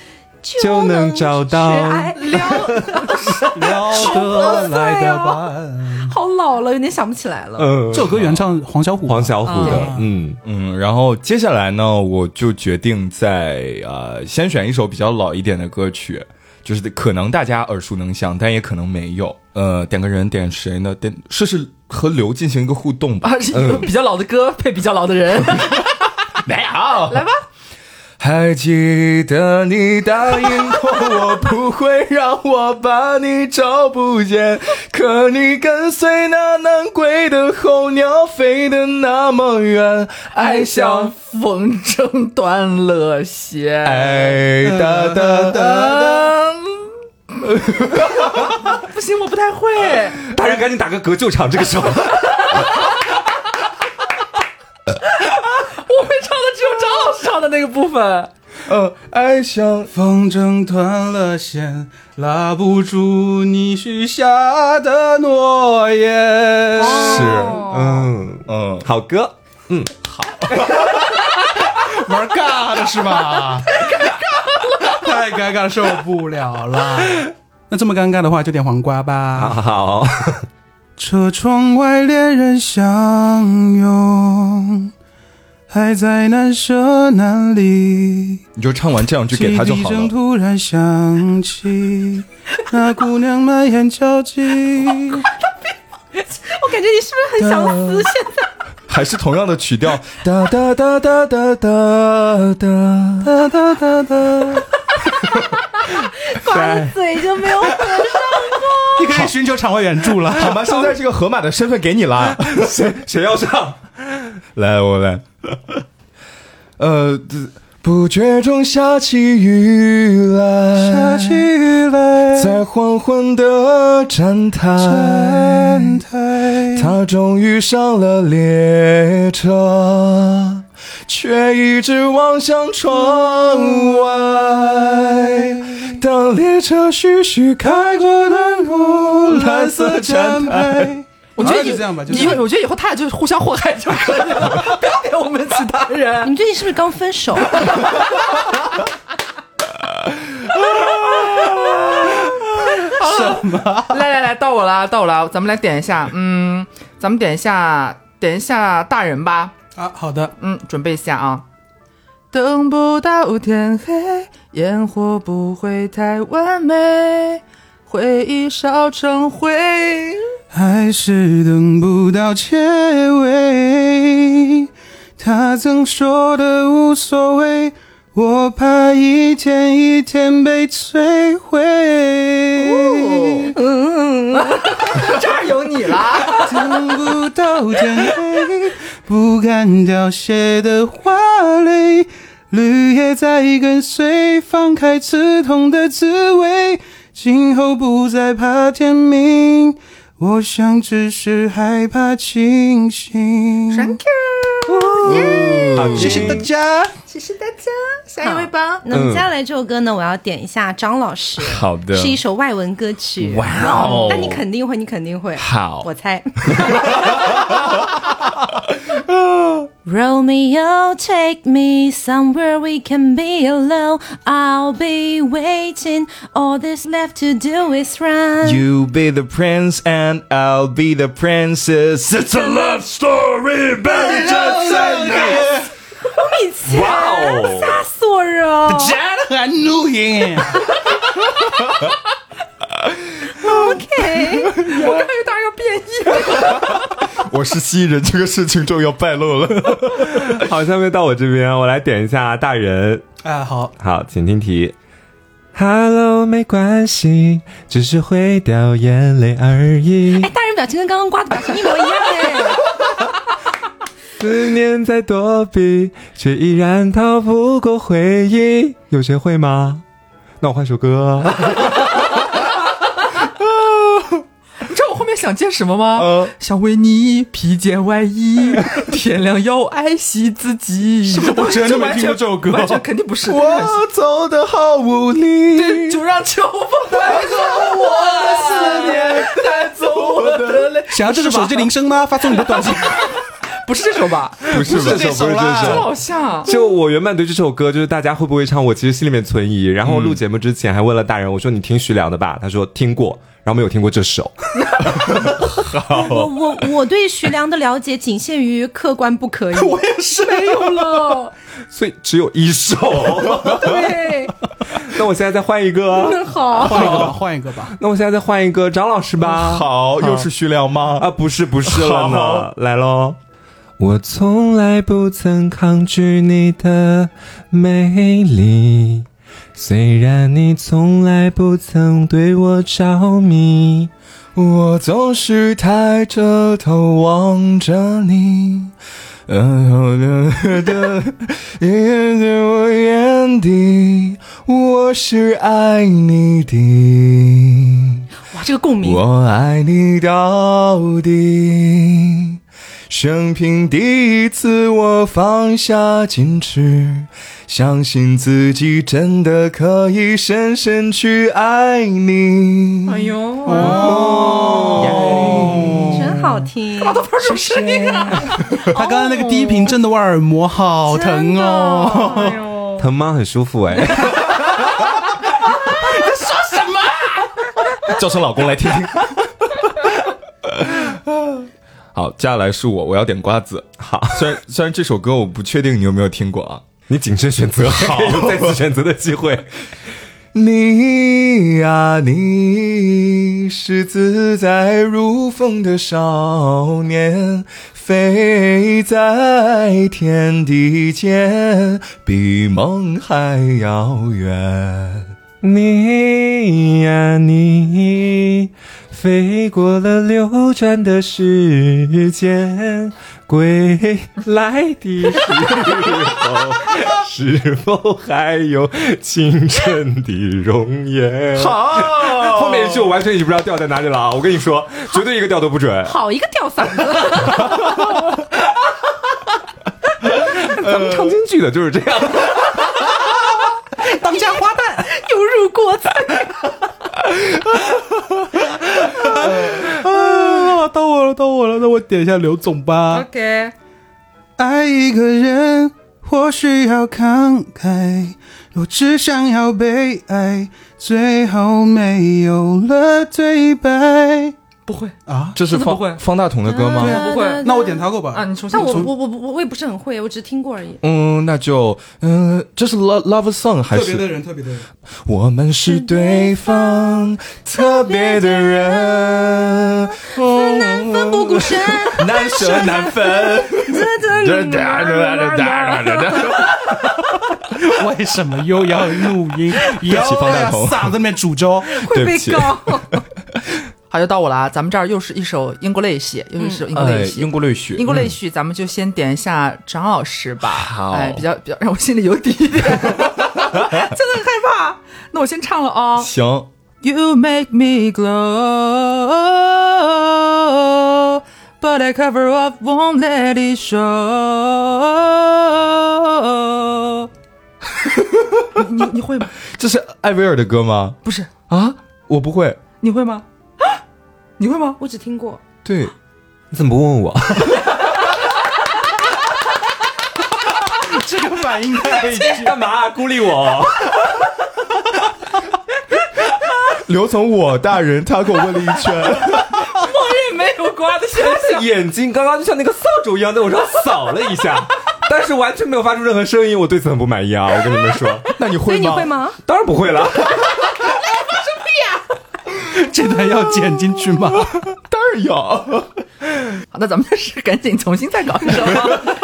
A: 就
B: 就
A: 能
B: 能
A: 找
B: 找
A: 到
B: 到。
E: 聊 得来的吧。
A: 好老了，有点想不起来了。
B: 嗯，
E: 这首歌原唱黄小琥，
B: 黄小琥的
A: 啊，
B: 嗯，
D: 嗯，然后接下来呢，我就决定在呃，先选一首比较老一点的歌曲，就是可能大家耳熟能详，但也可能没有。呃，点个人点谁呢？点试试和刘进行一个互动吧。
C: 啊，比较老的歌配比较老的 人。
D: 啊没有，来吧。还记得你答应过我，不会让我把你找不见。可你跟随那南归的候鸟，飞得那么远，爱像
C: 风筝断了线。
D: 哎哒哒哒哒，
C: 不行，我不太会。
B: 大人赶紧打个嗝救场，这个时候
C: 我会唱的只有张老师唱的那个部分。
D: 呃，爱像
E: 哎风筝断了线，拉不住你许下的诺言。
B: 是，嗯，
D: 嗯，
B: 好歌，
E: 玩尬的是吧？太尴尬了，太尴尬了，受不了了。那这么尴尬的话，就点黄瓜吧。
B: 好好，
E: 车窗外恋人相拥，爱在难舍难离。
D: 你就唱完这两句给他就
E: 汽
D: 好
E: 笛声
D: 了。
E: 突然响起，那姑娘满眼焦急。
A: 我感觉你是不是很想死？现在
D: 还是同样的曲 调，哒哒哒哒哒哒哒。
E: 哒哒哒哒。
A: 挂了嘴就没有合 上。
E: 你可以寻求场外援助了。
D: 好吗？现在这个河马的身份给你 啦。
B: 谁谁要上？
D: 来，我来。呃，不觉中下起雨来，
E: 下起雨来，
D: 在黄昏的站台
E: 站，台。
A: 嗯
D: 他终于上了列车，却一直望向窗外。当列车徐徐开过的路，蓝色站牌。
C: 我觉得
E: 啊
C: 以
E: 就这样吧就
C: 以
E: 这样
C: 后我觉得以后他俩就互相祸害就可以了， 不要给我们其他
A: 你
C: 人。
A: 们最近是不是刚分手？啊
C: 来来来，到我啦，到我啦，咱们来点一下，嗯，咱们点一下，点一下大人吧。
E: 啊，好的。
C: 嗯，准备一下啊。等不到天黑，烟火不会太完美，回忆烧成灰。
E: 还是等不到结尾。他曾说的无所谓，我怕一天一天被摧毁。
C: 哦 这儿有你啦，
E: 等不到天黑，不敢凋谢的花蕾，绿叶在跟随，放开刺痛的滋味。今后不再怕天明。我想只是害怕清醒。
C: Thank
B: 好听，
E: 谢谢大家。
C: 谢谢大家，下
A: 好
C: 一位吧。
A: 那么接下来这首歌呢，我要点一下张老 师，
G: 好
D: 啊
G: 的
A: 是一首外文歌曲。
G: 哇哦
A: 但你肯定会，你肯定会。
G: 好
A: 我猜。Romeo, take me somewhere we can be alone. I'll be waiting. All that's left to do is run.
G: You be the prince and I'll be the princess. It's a love story, baby, just say yes.
A: 以前 吓死我了！
E: I knew it。
A: OK，
C: 我看有点要变异了。
G: 我是西人，这个事情终于要败露了。
B: 好，下面到我这边，我来点一下大人。
E: 啊，好，
B: 好，请听题。Hello，没关系，只是会掉眼泪而已
A: 哎，。大人表情跟刚刚瓜的表情一模一样哎。
B: 思念在躲避，却依然逃不过回忆。有谁会吗？那我换首歌。
C: 你知道我后面想接什么吗？想为你披件外衣， 天亮要爱惜自己。
G: 我真的没
C: 完全
G: 听过这首歌
C: 完全肯定不是。
G: 我走的好无力，
C: 就让秋风带走我的思念，带走 我的泪。
E: 想要这首手机铃声吗？发送你的短信。
C: 不是这首吧？
B: 不是吧
G: 不是这首啦
C: 真的好像。啊
B: 就我原本对这首歌，就是大家会不会唱，我其实心里面存疑。然后录节目之前还问了大人，我说你听徐良的吧？他说听过，然后没有听过这首。
A: 我我我对徐良的了解仅限于客观不可以。
E: 我也是没有了。
B: 所以只有一首。
A: 对，
B: 那我现在再换一个，
A: 好，
E: 换一个吧，换一个吧。
B: 那我现在再换一个张老师吧。
G: 好，又是徐良吗？
B: 啊，不是不是了呢，来喽。我从来不曾抗拒你的美丽，虽然你从来不曾对我着迷。
D: 我总是抬着头望着 你，然后呢的映在我眼底，我是爱你的。
A: 哇，这个共鸣，
D: 我爱你到底。生平第一次，我放下矜持，相信自己真的可以深深去爱你。
C: 哎呦，哦
A: 真好听。
C: 都不是这声音啊！
E: 他刚刚那个低频震的我耳膜好疼哦。
C: 哎呦，
B: 疼吗？很舒服哎。
G: 叫声老公来听听。好，接下来是我，我要点瓜子。好， 虽然虽然这首歌我不确定你有没有听过啊，
B: 你谨慎选择，好，再次选择的机会。
D: 你呀、你是自在如风的少年，飞在天地间，比梦还遥远。
B: 你呀你，飞过了流转的时间，归来的时候，是否还有清晨的容颜？好，后面一句我完全已经不知道调在哪里了啊！我跟你说，绝对一个调都不准。
A: 好一个吊嗓 子，
B: 咱们唱京剧的就是这样。
A: 当家花旦又入锅菜。
E: 啊，到我了，到我了，那我点一下刘总吧。
C: OK，
E: 爱一个人或许要慷慨，我只想要被爱，最后没有了对白。
C: 不会
E: 啊，
G: 这是
C: 真的不会
G: 方方大同的歌
B: 嗯
G: 吗？
C: 不会
E: 那我点他过吧。
C: 啊！你重新
A: 呃但我
C: 重
A: 我我我我也不是很会，我只是听过而已。
G: 嗯，那就嗯、这是 love love song 还
E: 特别的
G: 是
E: 人，特别的人，
D: 我们是对方特别的人，
A: 分难分不顾 身，
G: 难舍难分？
E: 为什么又要录 音？又
G: 不起方大
E: 要
G: 同
E: 嗓子里面煮粥。
A: 会被告。
C: 好，就到我了啊！咱们这儿又是一首英国类戏，又是一首英国
G: 哎
C: 类，戏。
G: 英国泪曲
C: 英，国类序，咱们就先点一下张老师吧。
G: 好
C: 哎，比较比较 让我心里有底一点，真的很害怕。那我先唱了啊、
G: 嗯行，
C: You make me glow, but I cover up, won't let it show 你。你你会吗？
G: 这是艾薇儿的歌吗？
C: 不是，
G: 啊，我不会。
C: 你会吗？啊你会吗？
A: 我只听过，
G: 对，
B: 你怎么不问我？
E: 这个反应太激
B: 干嘛、啊孤立我？
G: 刘从我大人他给我问了一圈，
C: 我也没有瓜的选
B: 他的眼睛刚刚就像那个扫帚一样在我上扫了一下，但是完全没有发出任何声音，我对此很不满意啊！我跟你们说，
G: 那你
A: 所
G: 会
A: 以
G: 吗？
A: 你会吗？
B: 当然不会了。
E: 这段要剪进去 吗？
G: 当然有。
C: 好，那咱们是赶紧重新再搞一首 吧，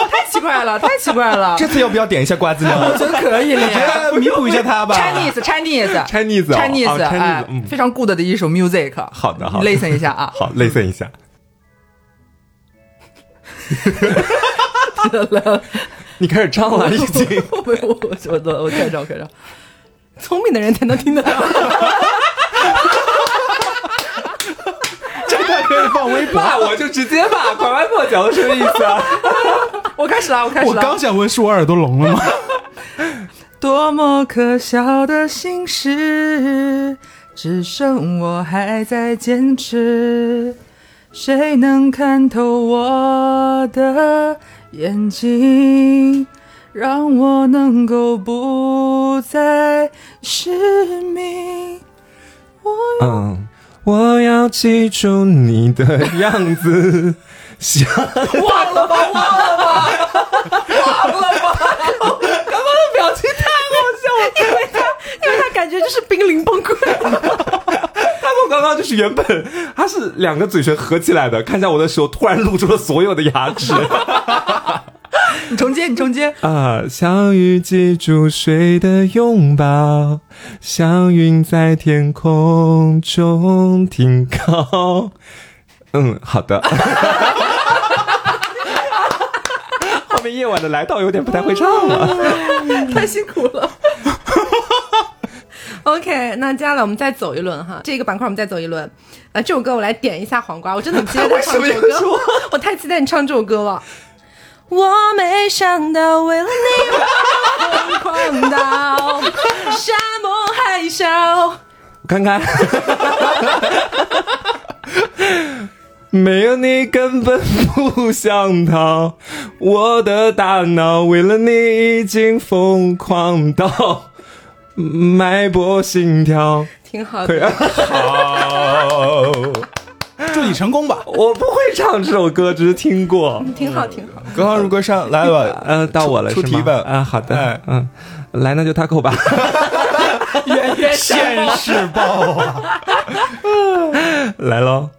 C: 太奇怪了，太奇怪了。
G: 这次要不要点一下瓜子 呢？
C: 真可以了 呀
G: 弥补一下他吧。
C: ！Chinese Chinese
B: Chinese 哦
C: Chinese，
B: 哦，Chinese，
C: 哎
B: 嗯，
C: 非常 good 的一首 music。
B: 好的好的
C: 类似一下啊，
B: 好，类似一下， 你开始唱
E: 啊
B: 了已经。
C: 我我我我我开张开张，
A: 聪明的人才能听得到。
G: 这段可以放微博。
B: 那啊我就直接把拐弯抹角是什么意思啊？
C: 我开始了，我开始
E: 我
C: 了
E: 刚。想问是我耳朵聋了吗？
C: 多么可笑的心事，只剩我还在坚持。谁能看透我的眼睛，让我能够不再失明？
B: 嗯，我要记住你的样子，像
C: 忘了吧，忘了吧，忘了吧！刚刚的表情太好笑了，因为他
A: 因 为他感觉就是濒临崩溃。
B: 他们刚刚就是原本他是两个嘴唇合起来的，看向我的时候突然露出了所有的牙齿。
C: 你重接，你重接。
B: 啊，像雨记住谁的拥抱，像云在天空中停靠。嗯，好的。后面夜晚的来到有点不太会唱了。
A: 太辛苦了。OK，那接下来我们再走一轮哈，这个板块我们再走一轮。呃，这首歌我来点一下黄瓜，我真的 很期待他唱这首歌， 我太期待你唱这首歌了。我没想到为了你我疯狂到山盟海角，
B: 看看，没有你根本不想逃，我的大脑为了你已经疯狂到脉搏心跳。
A: 挺好
B: 可以
A: 的。
B: 啊，好，
E: 祝你成功吧！
B: 我不会唱这首歌，只是听过。
A: 挺好，挺
B: 嗯
A: 好。
G: 格浩如果上来吧，
B: 呃，到我了
G: 出
B: 是
G: 出
B: 吗？
G: 题吧
B: 啊，好的，
G: 哎
B: 嗯，来，那就 taco 吧。
E: 现世报啊！
B: 来喽。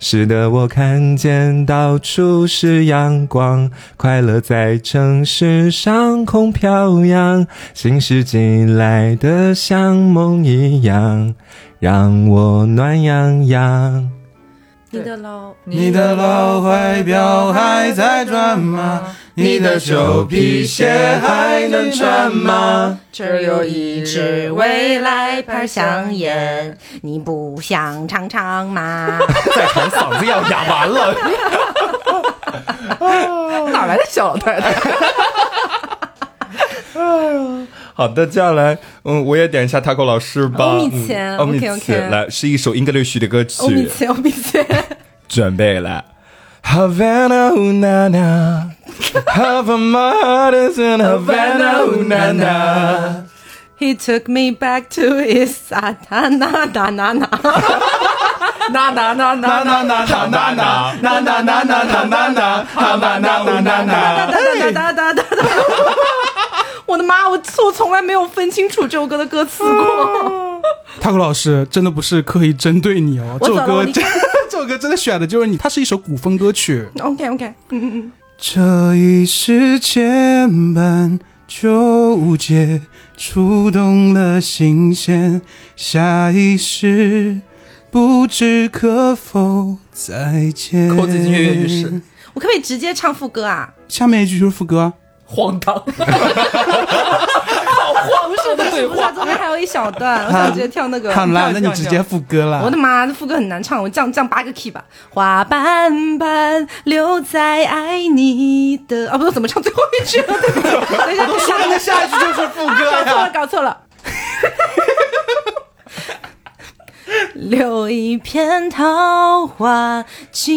B: 是的，我看见到处是阳光，快乐在城市上空飘扬，新世纪来的像梦一样，让我暖洋洋。
A: 你的老
E: 你的老怀表还在转吗？你的旧皮鞋还能穿吗？
A: 这儿有一支未来牌香烟，你不想尝尝吗？
G: 再 喊嗓子要哑完了。
C: 哪来的小太太？
G: 好的，接下来，嗯，我也点一下 Taco 老师吧。
A: 欧米茄
G: 嗯欧米
A: OK，OK
G: 茄，来，是一首 English 的歌曲。
A: 欧米茄，欧米茄，
G: 准备来。Havana, ooh, na, na. Have a mother's in Havana, ooh, na, na.
A: He took me back to his 撒达那达那那，
C: 那那那那那
G: Havana, na, na, na, na, na, na, na. Havana, ooh, na, na.
A: 哒哒哒哒哒哒哒。 我的妈！我我从来没有分清楚这首歌的歌词
E: 哦
A: 过。
E: 塔克老师真的不是刻意针对你哦，
A: 我
E: 这
A: 走
E: 首
A: 了
E: 歌
A: 我离
E: 真 这首歌真的选的就是你，它是一首古风歌曲。
A: OK OK，
E: 这一世牵绊纠结，触动了心弦，下一世不知可否再见。
C: 扣子音乐乐句是
A: 我可不可以直接唱副歌啊？
E: 下面一句就是副歌啊，
H: 荒唐，好荒谬的对
A: 不是
H: 话
A: 啊，。中间还有一小段，我想直接跳那个。
E: 好啦，
C: 跳
E: 那你
C: 跳
E: 直接副歌啦。
A: 我的妈，这副歌很难唱，我降降八个 key 吧。花瓣瓣留在爱你的，啊，不是怎么唱最后一句了？对 不起，等一下，等一下，啊
E: 那下一句就是副歌
A: 搞错了，
E: 呀。
A: 搞错了。 留一片桃花纪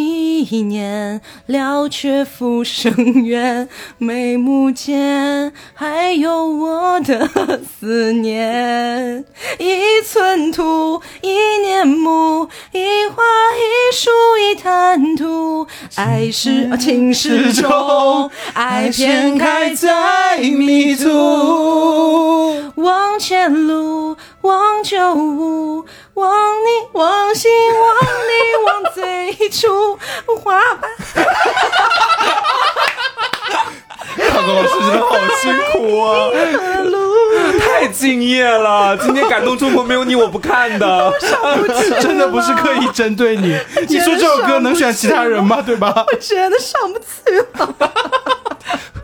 A: 念，了却浮生缘，眉目间还有我的思念。一寸土，一年木，一花一树一滩土，爱是啊情是种，爱
E: 偏
A: 偏
E: 开
A: 开
E: 在迷途。
A: 往前路，往旧物，往你，往心，往你，往最初，花瓣。
B: 胖哥老师真的好辛苦啊，太敬业了！今天感动中国没有你我不 看的，
E: 真的不是刻意针对你，你说这首歌能选其他人吗？对吧？
A: 我觉得上不去了，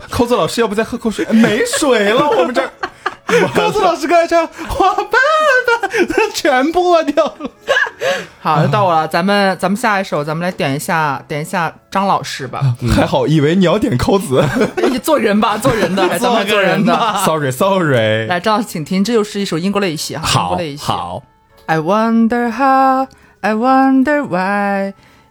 E: 扣子老师，要不再喝口水？ 没水了，我们 这儿。扣子老师刚才唱花瓣瓣，他全破掉了。
C: 好，就到我了，咱们咱们下一首，咱们来点一下点一下张老师吧，
E: 还好，以为你要点扣子。
C: 你做人吧，做人
E: 哎
C: 的，还咱们做人 的。
E: Sorry，Sorry。
C: 来，张老师，请听，这就是一首英国类戏哈，英
H: 好
C: 国类戏。啊
H: 好，
C: I wonder how, I wonder why.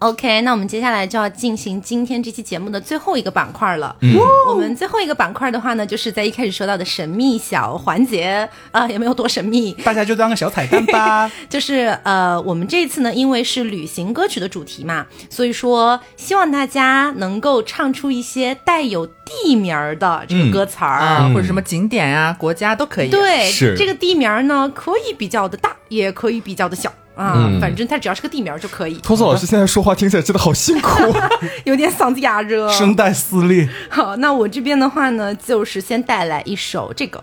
A: OK，那我们接下来就要进行今天这期节目的最后一个板块了。我们最后一个板块的话呢，就是在一开始说到的神秘小环节啊、也没有多神秘，
E: 大家就当个小彩蛋吧。
A: 就是呃，我们这次呢，因为是旅行歌曲的主题嘛，所以说希望大家能够唱出一些带有地名儿的这个歌词儿。
C: 啊，或者什么景点啊、国家都可以。，
A: 对，
B: 是
A: 这个地名儿呢，可以比较的大，也可以比较的小啊，反正它只要是个地名儿就可以。
E: 扣子老师现在说话听起来真的好辛 苦，
A: 有点嗓子哑热。
E: 声带撕裂。
A: 好，那我这边的话呢，就是先带来一首这个。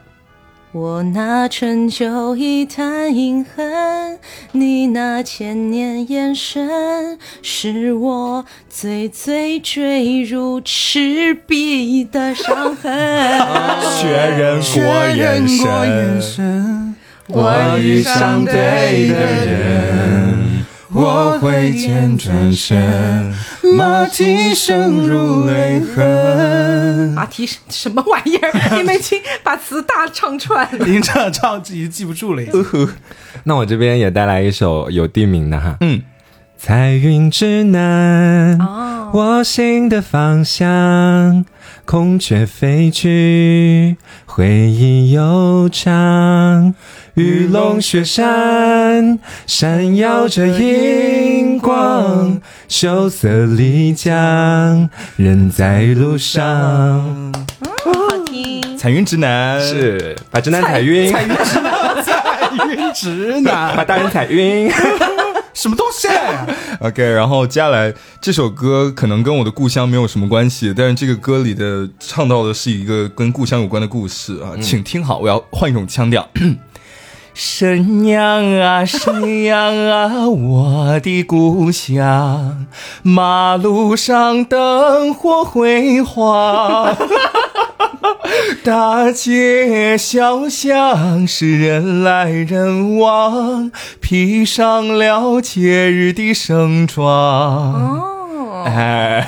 A: 我拿春秋一叹饮恨，你那千年眼神，是我最最坠入赤壁的伤痕。
D: 学人国眼神，
E: 神，
D: 我遇上对的人，我挥剑转身，
E: 马蹄声
D: 入泪痕。
A: 马蹄什什么玩意儿？你 们已经把词大唱串 了。
E: 林唱唱自己记不住了已经。
B: 那我这边也带来一首有地名的哈，嗯，彩云之南，我心的方向，孔雀飞去，回忆悠长，玉龙雪山闪耀着银光，羞涩丽江，人在路上，
A: 好听。
E: 彩云直男
B: 是把直男踩晕，
E: 彩云直男
B: 把大人踩晕。
E: 什么东西？
I: OK，然后接下来这首歌可能跟我的故乡没有什么关系，但是这个歌里的唱到的是一个跟故乡有关的故事啊，请听好，我要换一种腔调。
D: 沈阳啊，沈阳啊，我的故乡，马路上灯火辉煌，大街小巷是人来人往，披上了节日的盛装。哎，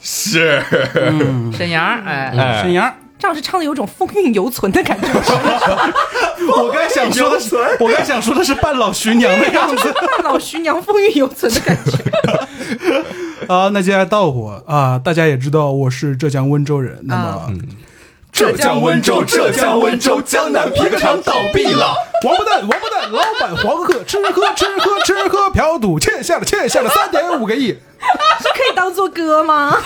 D: 是，
C: 沈阳，哎，
E: 沈阳，
A: 赵老师唱的有种风韵犹存的感觉。
E: 我刚想说的 是，我刚想说的是半老徐娘的样子
A: 老徐娘风韵犹存的感觉。
E: 啊。那接下来到我啊，大家也知道我是浙江温州人，那么
D: 浙江温州，浙江温州，江南皮革厂倒闭了。
E: 王八蛋，王八蛋，老板黄鹤吃喝吃喝吃喝嫖赌欠下了欠下了三点五个亿，
A: 这可以当做歌吗？哦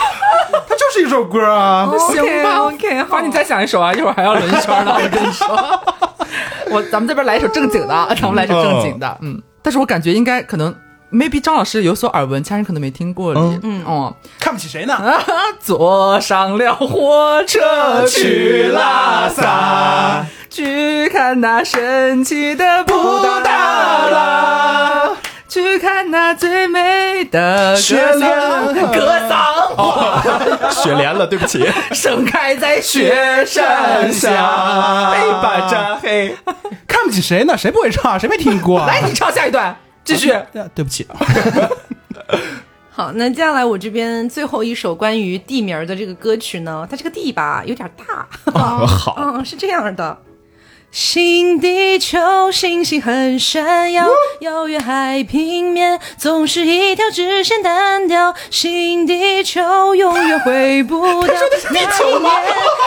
E: 他就是
J: 是一首歌啊。
C: 行吧
A: OK，OK，好
C: 帮你再想一首啊，一会儿还要轮圈呢。我跟你说， 我咱们这边来一首正经的，啊，咱们来一首正经的，嗯。但是我感觉应该可能，maybe 张老师有所耳闻，其他人可能没听过。嗯哦，
J: 看不起谁呢？
C: 坐啊上了火车去拉萨，去看那神奇的布达拉，去看那最美的格桑格桑花，
D: 雪莲了，对不起。
C: 盛开在雪山下。
J: 哎
D: 黑巴扎黑，
J: 看不起谁呢？谁不会唱？谁没听过啊？
C: 来，你唱下一段，继续。
J: 呃对不起啊，
A: 好，那接下来我这边最后一首关于地名儿的这个歌曲呢，它这个地吧有点大，
C: 哦
D: 好
A: 嗯，是这样的。新地球星星很闪耀，遥远海平面总是一条直线单调。新地球永远回不到 那一年，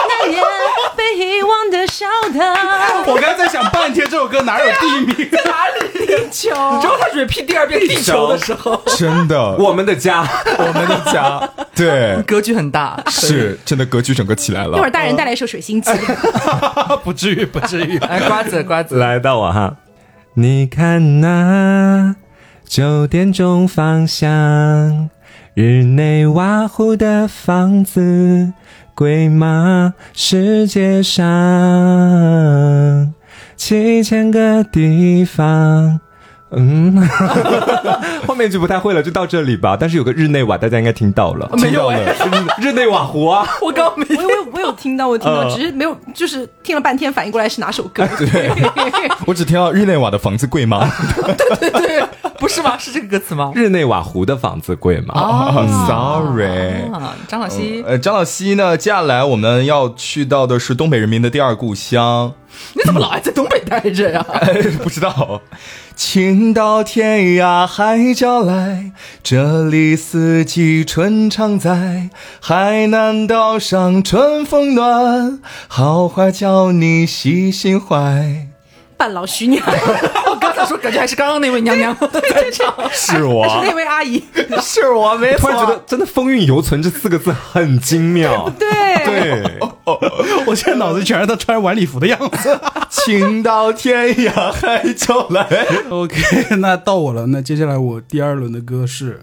A: 那年 被遗忘的小
C: 啊
A: 岛。
J: 我刚才在想半天这首歌哪有地名？
C: 哪里地球？你知道他 repeat 第二遍地球的时 候，
D: 真的，
B: 我们的家，
D: 我们的家，对，
C: 格局很大。
D: 是真的格局整个起来
A: 一会儿
D: 了。
C: 啊
A: 大人带来一首《水星记》，
J: 不至于，不至于。
C: 哎，瓜子瓜子，
B: 来到我哈。你看那九点钟方向，日内瓦湖的房子，贵吗？世界上七千个地方。嗯， 后面一句不太会了，就到这里吧。但是有个日内瓦，大家应该听到了，
C: 没有
B: 听到了 日日内瓦湖啊。
C: 我刚没
A: 我有我有听到，我听到，
B: 呃
A: 只是没有，就是听了半天反应过来是哪首歌。
D: 我只听到日内瓦的房子贵吗？
C: 对，不是吗？是这个歌词吗？
B: 日内瓦湖的房子贵吗？
D: 哦 sorry。
B: 哦
C: 啊，张老师，
D: 呃，张老西呢？接下来我们要去到的是东北人民的第二故乡，
C: 你怎么老爱在东北待着呀？
B: 哎
D: 不知道。情到天涯海角来，这里四季春常在。海南岛上春风暖，好花叫你喜心怀。
A: 半老徐 娘，
C: 我刚才说感觉还是刚刚那位娘娘在唱，
D: 是
A: 是
D: 我，
A: 那位阿姨。
D: 是我，没
B: 突然
J: 啊
B: 觉得真的“风韵犹存”这四个字很精妙。
A: 对，
B: 对，
J: 我现在脑子全是他穿着晚礼服的样子。
D: 情到天涯海角来。
E: OK，那 到我了。那接下来我第二轮的歌是。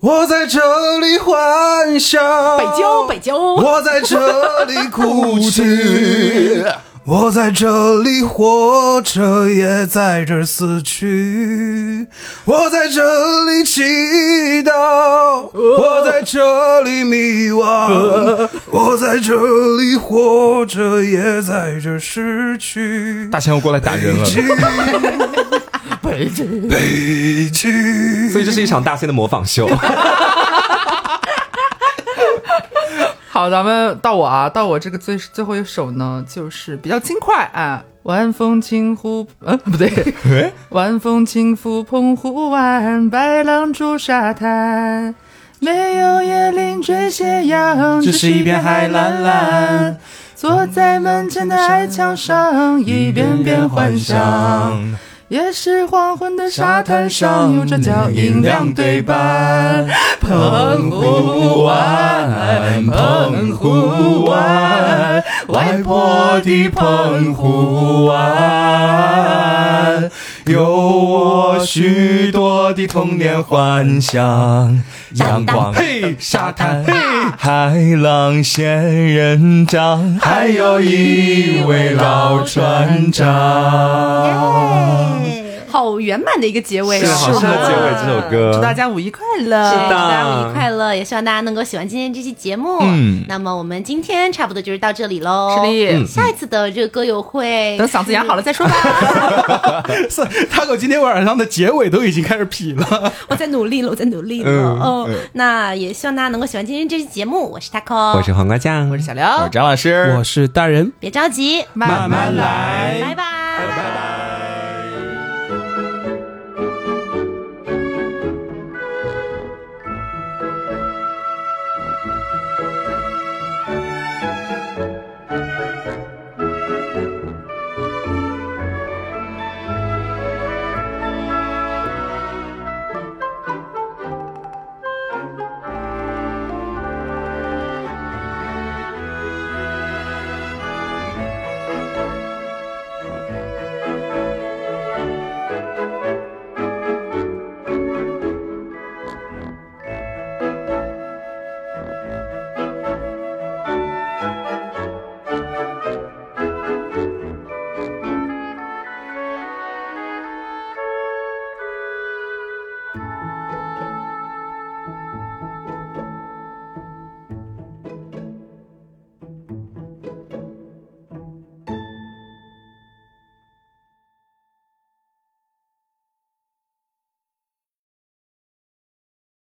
E: 我在这里欢笑，
A: 北郊，北郊，
E: 我在这里哭泣，我在这里活着，也在这儿死去。我在这里祈祷，我在这里迷惘，我在这里活着，也在这儿失去。
D: 大象要过来打人了
E: 北，京，北京，
B: 所以这是一场大仙的模仿秀。
C: 好，咱们到我啊，到我这个最最后一首呢，就是比较轻快啊。晚风轻呼，嗯，不对，晚风轻拂澎湖湾，白浪逐沙滩，没有椰林缀斜阳，
E: 只
C: 只
E: 是
C: 是
E: 一
C: 一
E: 片
C: 片
E: 海
C: 海蓝
E: 蓝蓝
C: 蓝。坐在门前的矮墙上，一遍遍幻想。也是黄昏的沙滩上，有着脚印两对半。澎湖湾，澎湖湾，外婆的澎湖湾。
D: 有我许多的童年幻想，阳光
J: 嘿，
D: 沙滩，海浪仙人掌，还有一位老船长。
A: 好圆满的一个结尾啊，
B: 是好适合结尾这首歌。
C: 嗯祝大家五一快乐！
A: 是的，
B: 是的
A: 大家五一快乐，也希望大家能够喜欢今天这期节目。
D: 嗯
A: 那么我们今天差不多就是到这里喽。
C: 是的嗯
A: 下一次的这个歌友会，
C: 等嗓子养好了再说吧。
J: 是他狗今天晚上的结尾都已经开始劈了。
A: 我在努力了，我在努力了。
B: 嗯
A: 哦
D: 嗯，
A: 那也希望大家能够喜欢今天这期节目。我是 taco，
B: 我是黄瓜酱，我是
C: 小刘
D: 张老师，
E: 是大人。
A: 别着急，
C: 慢慢来。
A: 拜拜。拜拜